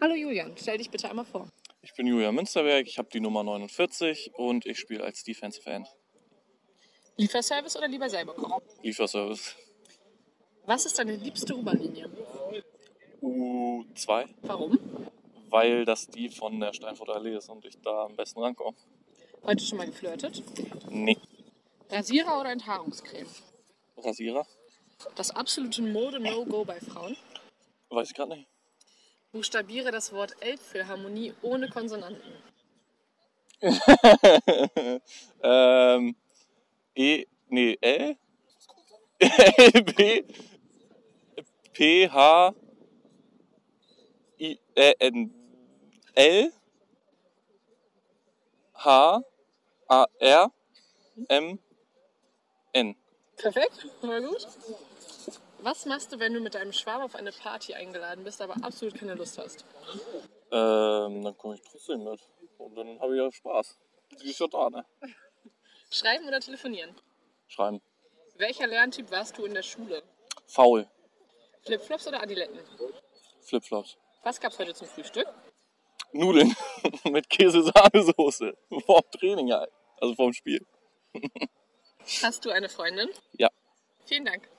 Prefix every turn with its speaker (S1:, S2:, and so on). S1: Hallo Julian, stell dich bitte einmal vor.
S2: Ich bin Julian Münsterberg, ich habe die Nummer 49 und ich spiele als Defensive End.
S1: Lieferservice oder lieber selber kochen?
S2: Lieferservice
S1: Was ist deine liebste U-Bahn-Linie?
S2: U2,
S1: Warum?
S2: weil das die von der Steinfurter Allee ist und ich da am besten rankomme.
S1: Heute schon mal geflirtet?
S2: Nee.
S1: Rasierer oder Enthaarungscreme?
S2: Rasierer?
S1: Das absolute Mode-No-Go bei Frauen?
S2: Weiß ich gerade nicht.
S1: Buchstabiere das Wort Elb für Harmonie ohne Konsonanten.
S2: ähm, E, nee, L? L, B, P, H, I, äh, N, L, H, A, R, M, N.
S1: Perfekt, war gut. Was machst du, wenn du mit deinem Schwarm auf eine Party eingeladen bist, aber absolut keine Lust hast?
S2: Ähm, dann komme ich trotzdem mit. Und dann habe ich ja Spaß. Die ist ja da, ne?
S1: Schreiben oder telefonieren?
S2: Schreiben.
S1: Welcher Lerntyp warst du in der Schule?
S2: Faul.
S1: Flipflops oder Adiletten?
S2: Flipflops.
S1: Was gab's heute zum Frühstück?
S2: Nudeln mit Käse-Sahnesoße. Vorm Training halt. Also vorm Spiel.
S1: Hast du eine Freundin?
S2: Ja.
S1: Vielen Dank.